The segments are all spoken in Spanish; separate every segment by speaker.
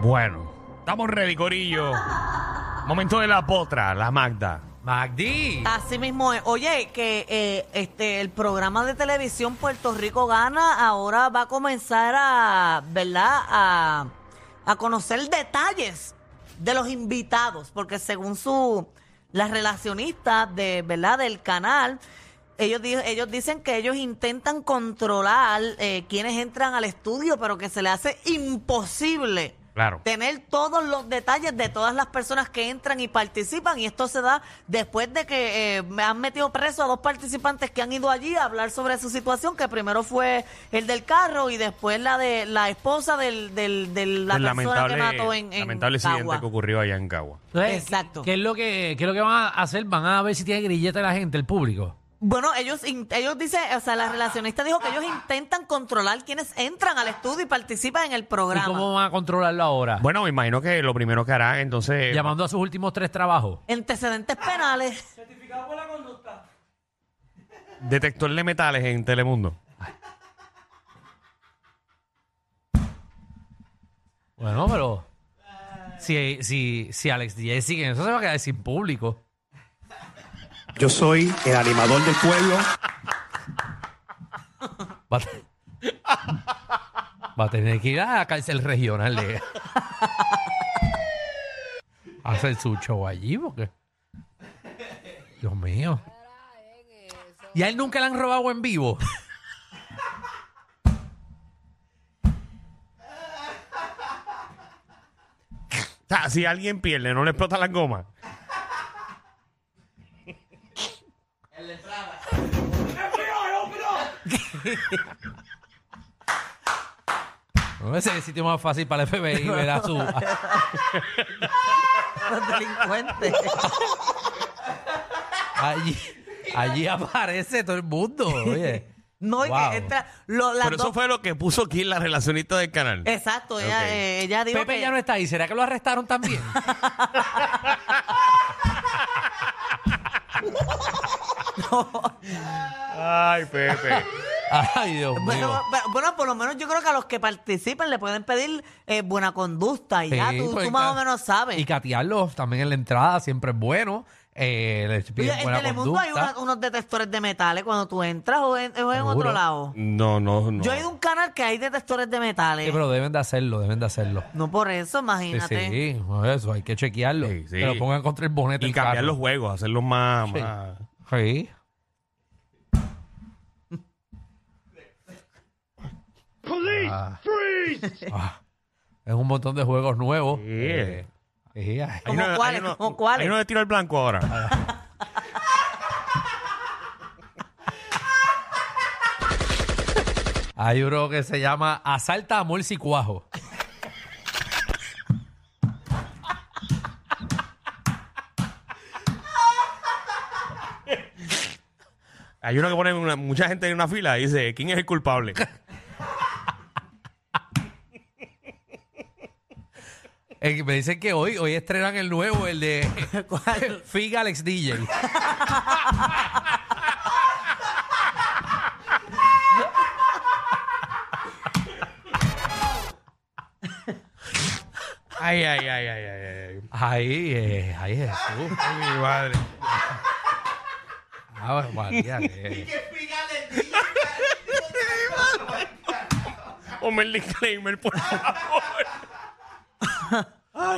Speaker 1: Bueno, estamos ready, Corillo. Momento de la potra, la Magda.
Speaker 2: Magdi.
Speaker 3: Así mismo es. Oye, que eh, este el programa de televisión Puerto Rico Gana ahora va a comenzar a, ¿verdad? A, a conocer detalles de los invitados, porque según su las relacionistas de, ¿verdad? del canal, ellos, di- ellos dicen que ellos intentan controlar eh, quienes entran al estudio, pero que se le hace imposible
Speaker 1: Claro. Pues
Speaker 3: tener todos los detalles de todas las personas que entran y participan. Y esto se da después de que eh, me han metido preso a dos participantes que han ido allí a hablar sobre su situación, que primero fue el del carro y después la de la esposa del, del, del- la
Speaker 1: El
Speaker 3: persona
Speaker 1: Pues lamentable,
Speaker 3: que mató en, en
Speaker 1: lamentable incidente
Speaker 3: Cagua.
Speaker 1: que ocurrió allá en Cagua.
Speaker 2: Entonces,
Speaker 3: Exacto.
Speaker 2: ¿Qué es lo que, qué es lo que van a hacer? Van a ver si tiene grillete la gente, el público.
Speaker 3: Bueno, ellos, in- ellos dicen, o sea, la relacionista dijo que ellos intentan controlar quienes entran al estudio y participan en el
Speaker 2: ¿Y cómo
Speaker 3: programa.
Speaker 2: van a controlarlo ahora?
Speaker 1: Bueno, me imagino que lo primero que harán entonces.
Speaker 2: Llamando a sus últimos tres trabajos.
Speaker 3: Antecedentes penales.
Speaker 1: Detector de metales en Telemundo.
Speaker 2: Bueno, pero si, si, si Alex DJ sigue, en eso se va a quedar sin público.
Speaker 4: Yo soy el animador del pueblo.
Speaker 2: Va a, te- va a tener que ir a la cárcel regional de a hacer su show allí, porque. Dios mío. Y a él nunca le han robado en vivo.
Speaker 1: O sea, si alguien pierde, no le explota las gomas.
Speaker 2: No ese es el sitio más fácil para el FBI ver a su. a-
Speaker 3: Los delincuentes.
Speaker 2: allí, allí aparece todo el mundo. Oye.
Speaker 3: No, y
Speaker 2: Wow.
Speaker 3: que entra- lo- las
Speaker 1: Pero eso
Speaker 3: dos-
Speaker 1: fue lo que puso aquí la relacionista del canal.
Speaker 3: Exacto, ella,
Speaker 1: Ok.
Speaker 3: eh, ella dijo
Speaker 2: Pepe
Speaker 3: que-
Speaker 2: ya no está ahí. ¿Será que lo arrestaron también?
Speaker 1: Ay, Pepe.
Speaker 2: Ay, Dios mío.
Speaker 3: Bueno, pero- bueno, por lo menos yo creo que a los que participen le pueden pedir eh, buena conducta y ya
Speaker 2: Sí,
Speaker 3: tú,
Speaker 2: pues,
Speaker 3: tú más
Speaker 2: ca-
Speaker 3: o menos sabes.
Speaker 2: Y catearlos también en la entrada siempre es bueno. Eh, les
Speaker 3: Oye,
Speaker 2: piden
Speaker 3: en
Speaker 2: buena
Speaker 3: Telemundo
Speaker 2: conducta.
Speaker 3: hay una- unos detectores de metales cuando tú entras o en, o en
Speaker 2: Seguro.
Speaker 3: otro lado.
Speaker 1: No, no, no.
Speaker 3: Yo he ido a un canal que hay detectores de
Speaker 2: Sí,
Speaker 3: metales.
Speaker 2: pero deben de hacerlo, deben de hacerlo.
Speaker 3: No por eso,
Speaker 2: Sí,
Speaker 3: imagínate.
Speaker 2: sí, por eso, hay que chequearlo.
Speaker 1: Sí, sí.
Speaker 2: Que lo pongan contra el bonete
Speaker 1: Y
Speaker 2: del
Speaker 1: cambiar
Speaker 2: carro.
Speaker 1: los juegos, hacerlos más.
Speaker 2: Sí.
Speaker 1: más-
Speaker 2: Sí. Ah. Ah. Es un montón de juegos nuevos.
Speaker 1: Sí.
Speaker 2: Eh, sí, ay.
Speaker 3: ¿Cómo
Speaker 1: Hay uno-
Speaker 3: cuáles?
Speaker 1: hay uno-
Speaker 3: ¿Cómo cuáles?
Speaker 1: Hay uno de tiro al blanco ahora.
Speaker 2: Hay uno que se llama Asalta a Morsi Cuajo.
Speaker 1: Hay uno que pone una- mucha gente en una fila y dice, ¿quién es el culpable?
Speaker 2: Eh, me dicen que hoy, hoy estrenan el nuevo, el de Figa Alex DJ.
Speaker 1: Ay, ay, ay, ay, ay, ay.
Speaker 2: Ahí, eh, ahí Jesús.
Speaker 1: Ay, mi madre.
Speaker 2: Ah, María, eh.
Speaker 1: Ponme el disclaimer, por favor.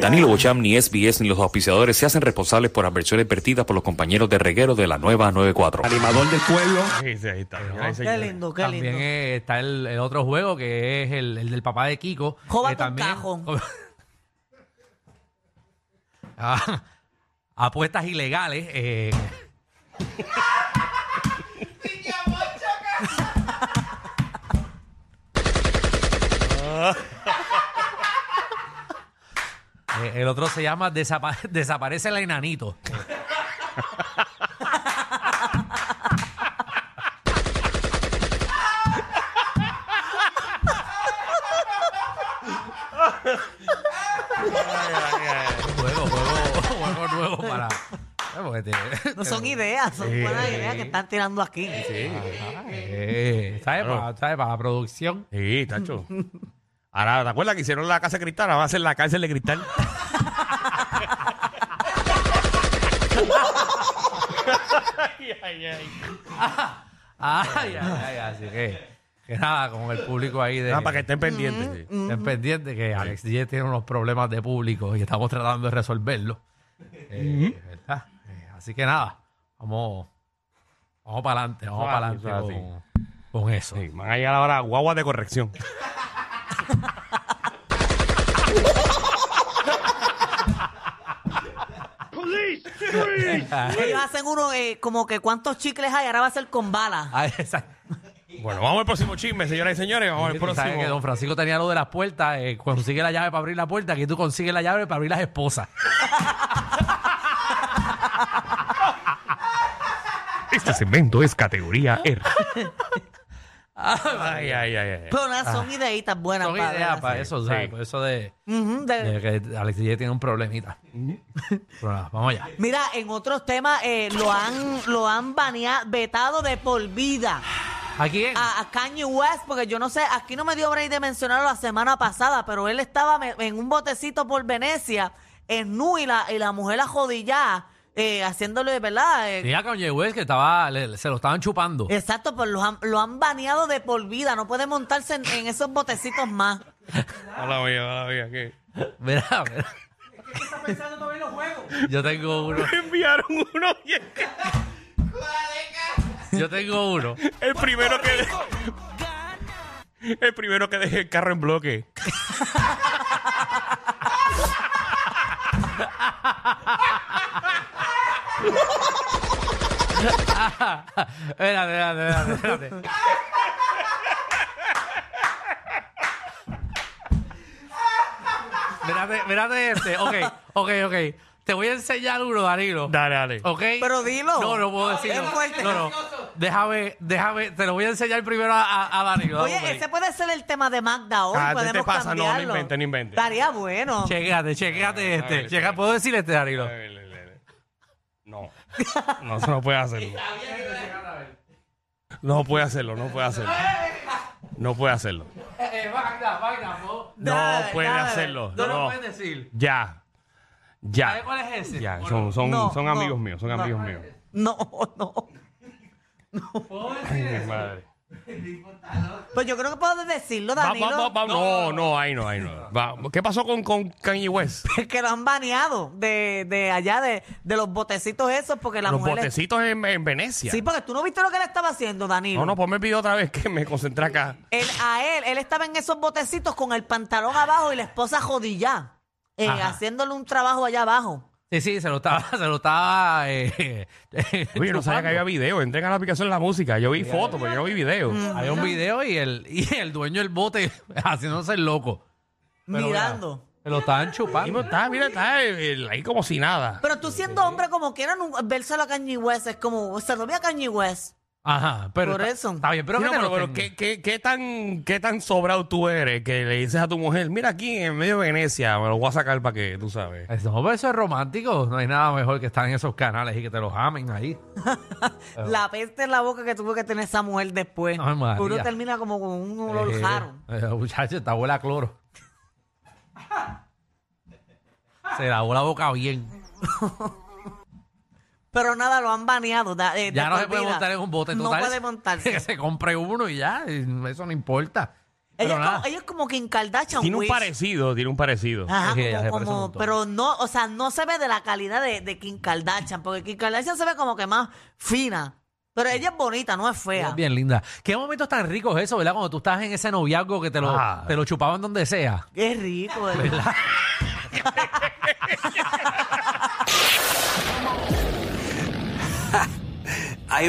Speaker 5: Danilo Bocham, ni SBS, ni los auspiciadores se hacen responsables por adversiones vertidas por los compañeros de reguero de la nueva 94.
Speaker 4: Animador del pueblo.
Speaker 1: Sí, sí, ahí está. señoras y
Speaker 3: Qué
Speaker 1: señores.
Speaker 3: lindo, qué
Speaker 2: También
Speaker 3: lindo.
Speaker 2: eh, está el, el otro juego que es el, el del papá de Kiko.
Speaker 3: Joba
Speaker 2: que
Speaker 3: con cajón.
Speaker 2: Ah, apuestas ilegales. eh. Eh, el otro se llama Desapa- Desaparece el enanito. Juego, juego, juego nuevo para. eh, porque te-
Speaker 3: No son ideas, son
Speaker 2: Sí.
Speaker 3: buenas ideas que están tirando aquí.
Speaker 1: Sí,
Speaker 2: Ajá, eh, ¿Sabes?
Speaker 1: Claro.
Speaker 2: Para, ¿Sabes? Para la producción.
Speaker 1: sí, tacho. Ahora, ¿te acuerdas que hicieron la casa de cristal? Ahora va a ser la cárcel de cristal.
Speaker 2: Ay, ay, ay, así que, que nada, con el público ahí de...
Speaker 1: Ah, para que estén pendientes. sí.
Speaker 2: Estén pendientes que Alex Díez tiene unos problemas de público y estamos tratando de resolverlo. Eh, ¿verdad? Eh, así que nada, vamos, vamos para adelante, vamos
Speaker 1: Eso
Speaker 2: para
Speaker 1: así,
Speaker 2: adelante con, con eso.
Speaker 1: Ah, Sí, van a llegar ahora guagua de corrección.
Speaker 3: Ellos hacen uno eh, como que cuántos chicles hay, ahora va a ser con balas.
Speaker 2: Ay, esa-
Speaker 1: Bueno, vamos al próximo chisme, señoras y señores. Vamos al
Speaker 2: Tú sabes que
Speaker 1: próximo.
Speaker 2: don Francisco tenía lo de las puertas, eh, consigue la llave para abrir la puerta, aquí tú consigues la llave para abrir las esposas.
Speaker 1: Este segmento es categoría R.
Speaker 3: Ah,
Speaker 1: ay, ay, ay, ay.
Speaker 3: Pero nada, son ideitas buenas.
Speaker 2: Ah. Son
Speaker 3: para
Speaker 2: ideas
Speaker 3: verlas.
Speaker 2: para eso, ¿sabes?
Speaker 1: Sí.
Speaker 2: Por eso de,
Speaker 3: Ujú, de-
Speaker 2: de que Alex Díez tiene un problemita. Pero nada, vamos allá.
Speaker 3: Mira, en otros temas eh, lo han lo han baneado, vetado de por vida
Speaker 2: ¿A quién?
Speaker 3: a, a Kanye West, porque yo no sé, aquí no me dio break de mencionarlo la semana pasada, pero él estaba me- en un botecito por Venecia, en nu y la, y la mujer la jodillá, eh, haciéndole, ¿verdad? Eh,
Speaker 2: Tenía a Kanye West que estaba, le- se lo estaban chupando.
Speaker 3: Exacto, pero lo han, lo han baneado de por vida, no puede montarse en, en esos botecitos más.
Speaker 1: Hola, mía, hola, mía. ¿qué?
Speaker 2: Mira, mira. Es que está pensando todavía en los juegos. Yo tengo uno.
Speaker 1: Me enviaron uno y es que
Speaker 2: Yo tengo uno.
Speaker 1: el primero que. El primero que deje el carro en bloque.
Speaker 2: Espérate, espérate, espérate, espérate. Mírate, mírate este. Ok, ok, ok. Te voy a enseñar uno, Danilo.
Speaker 1: Dale, dale.
Speaker 3: Oh.
Speaker 2: ¿Ok?
Speaker 3: Pero dilo.
Speaker 2: No, no puedo
Speaker 3: Es
Speaker 2: decirlo.
Speaker 3: fuerte.
Speaker 2: No, no. Déjame, déjame. Te lo voy a enseñar primero a, a, a Danilo.
Speaker 3: Oye,
Speaker 2: Dame un break.
Speaker 3: ese puede ser el tema de Magda hoy,
Speaker 1: Ah, ¿qué
Speaker 3: podemos
Speaker 1: te pasa? No, no
Speaker 3: cambiarlo.
Speaker 1: inventes, no inventes.
Speaker 3: Estaría bueno.
Speaker 2: Checate, checate este.
Speaker 1: ver,
Speaker 2: Checa- ¿Puedo decir este, Danilo?
Speaker 1: Dale, dale, dale. No. No, eso no puede hacerlo. No puede hacerlo, no puede hacerlo. No puede hacerlo.
Speaker 2: Magda, Magda,
Speaker 1: No
Speaker 3: Dale,
Speaker 1: puede
Speaker 3: dale.
Speaker 1: hacerlo.
Speaker 2: No lo
Speaker 1: No.
Speaker 2: puedes decir.
Speaker 1: Ya.
Speaker 2: ¿Sabes
Speaker 1: Ya.
Speaker 2: cuál es ese?
Speaker 1: Ya,
Speaker 2: ¿O no?
Speaker 1: son, son,
Speaker 3: No,
Speaker 1: son
Speaker 3: no,
Speaker 1: amigos míos, son amigos míos.
Speaker 3: No, no.
Speaker 2: ¿Puedo decir
Speaker 1: Ay, mi
Speaker 2: eso?
Speaker 1: madre.
Speaker 3: Pues yo creo que puedo decirlo,
Speaker 1: Va,
Speaker 3: Danilo.
Speaker 1: va, va, va. No, no, ahí no, ahí no. Va. ¿Qué pasó con, con Kanye West?
Speaker 3: Es que lo han baneado de, de allá, de, de los botecitos esos, porque la
Speaker 1: Los
Speaker 3: mujer... le-
Speaker 1: botecitos en, en Venecia.
Speaker 3: Sí, porque tú no viste lo que él estaba haciendo, Danilo.
Speaker 1: No, no, ponme el video otra vez que me concentré acá.
Speaker 3: Él, a él, él estaba en esos botecitos con el pantalón abajo y la esposa jodilla, eh,
Speaker 2: Ajá.
Speaker 3: haciéndole un trabajo allá abajo.
Speaker 2: Sí, sí, se lo estaba, se lo estaba. Eh,
Speaker 1: Oye, yo no sabía que había video. Entrega la aplicación la música. Yo vi fotos, pero yo no vi video.
Speaker 3: Mm.
Speaker 2: Había un video y el, y el dueño del bote haciéndose el loco. Pero
Speaker 3: mirando.
Speaker 2: mira, se lo estaban
Speaker 1: Y no
Speaker 2: chupando.
Speaker 1: está, mira, está eh, eh, ahí como si nada.
Speaker 3: Pero tú siendo hombre como quieran, un- vérselo a Kanye West es como, se lo ve a Kanye West.
Speaker 2: Ajá, pero.
Speaker 3: Por
Speaker 2: está-
Speaker 3: eso.
Speaker 2: Está bien, pero.
Speaker 1: Sí, no,
Speaker 2: que te
Speaker 1: pero,
Speaker 2: lo
Speaker 1: pero ¿qué,
Speaker 2: tengan.
Speaker 1: qué, qué tan, ¿qué tan sobrado tú eres que le dices a tu mujer, mira aquí en medio de Venecia, me lo voy a sacar para que tú sabes?
Speaker 2: Es- No, pero eso es romántico. No hay nada mejor que estar en esos canales y que te los amen ahí.
Speaker 3: La peste en la boca que tuvo que tener esa mujer después.
Speaker 2: Ay, María.
Speaker 3: Uno termina como con un olor
Speaker 2: Eh,
Speaker 3: raro.
Speaker 2: eh, muchacho, te abuela cloro. Se lavó la boca bien.
Speaker 3: Pero nada, lo han baneado. da- eh,
Speaker 2: Ya
Speaker 3: de
Speaker 2: no
Speaker 3: por
Speaker 2: se puede
Speaker 3: vida.
Speaker 2: montar en un bote
Speaker 3: No
Speaker 2: total.
Speaker 3: puede
Speaker 2: Que
Speaker 3: montarse.
Speaker 2: se compre uno y ya, y eso no importa.
Speaker 3: ella,
Speaker 2: Pero
Speaker 3: es
Speaker 2: nada.
Speaker 3: como, ella es como Kim Kardashian.
Speaker 1: Tiene un
Speaker 3: Wish.
Speaker 1: parecido, tiene un parecido.
Speaker 3: Ajá,
Speaker 2: Sí, ella
Speaker 3: como-
Speaker 2: se parece un
Speaker 3: como-
Speaker 2: montón.
Speaker 3: pero no, o sea, no se ve de la calidad de, de Kim Kardashian, porque Kim Kardashian se ve como que más fina. Pero ella es bonita, no es
Speaker 2: Ella es
Speaker 3: fea.
Speaker 2: bien linda. Qué momentos tan ricos eso, ¿verdad? Cuando tú estás en ese noviazgo que te lo,
Speaker 1: Ah.
Speaker 2: te lo chupaban donde sea.
Speaker 3: Qué rico, ¿verdad?
Speaker 6: Hay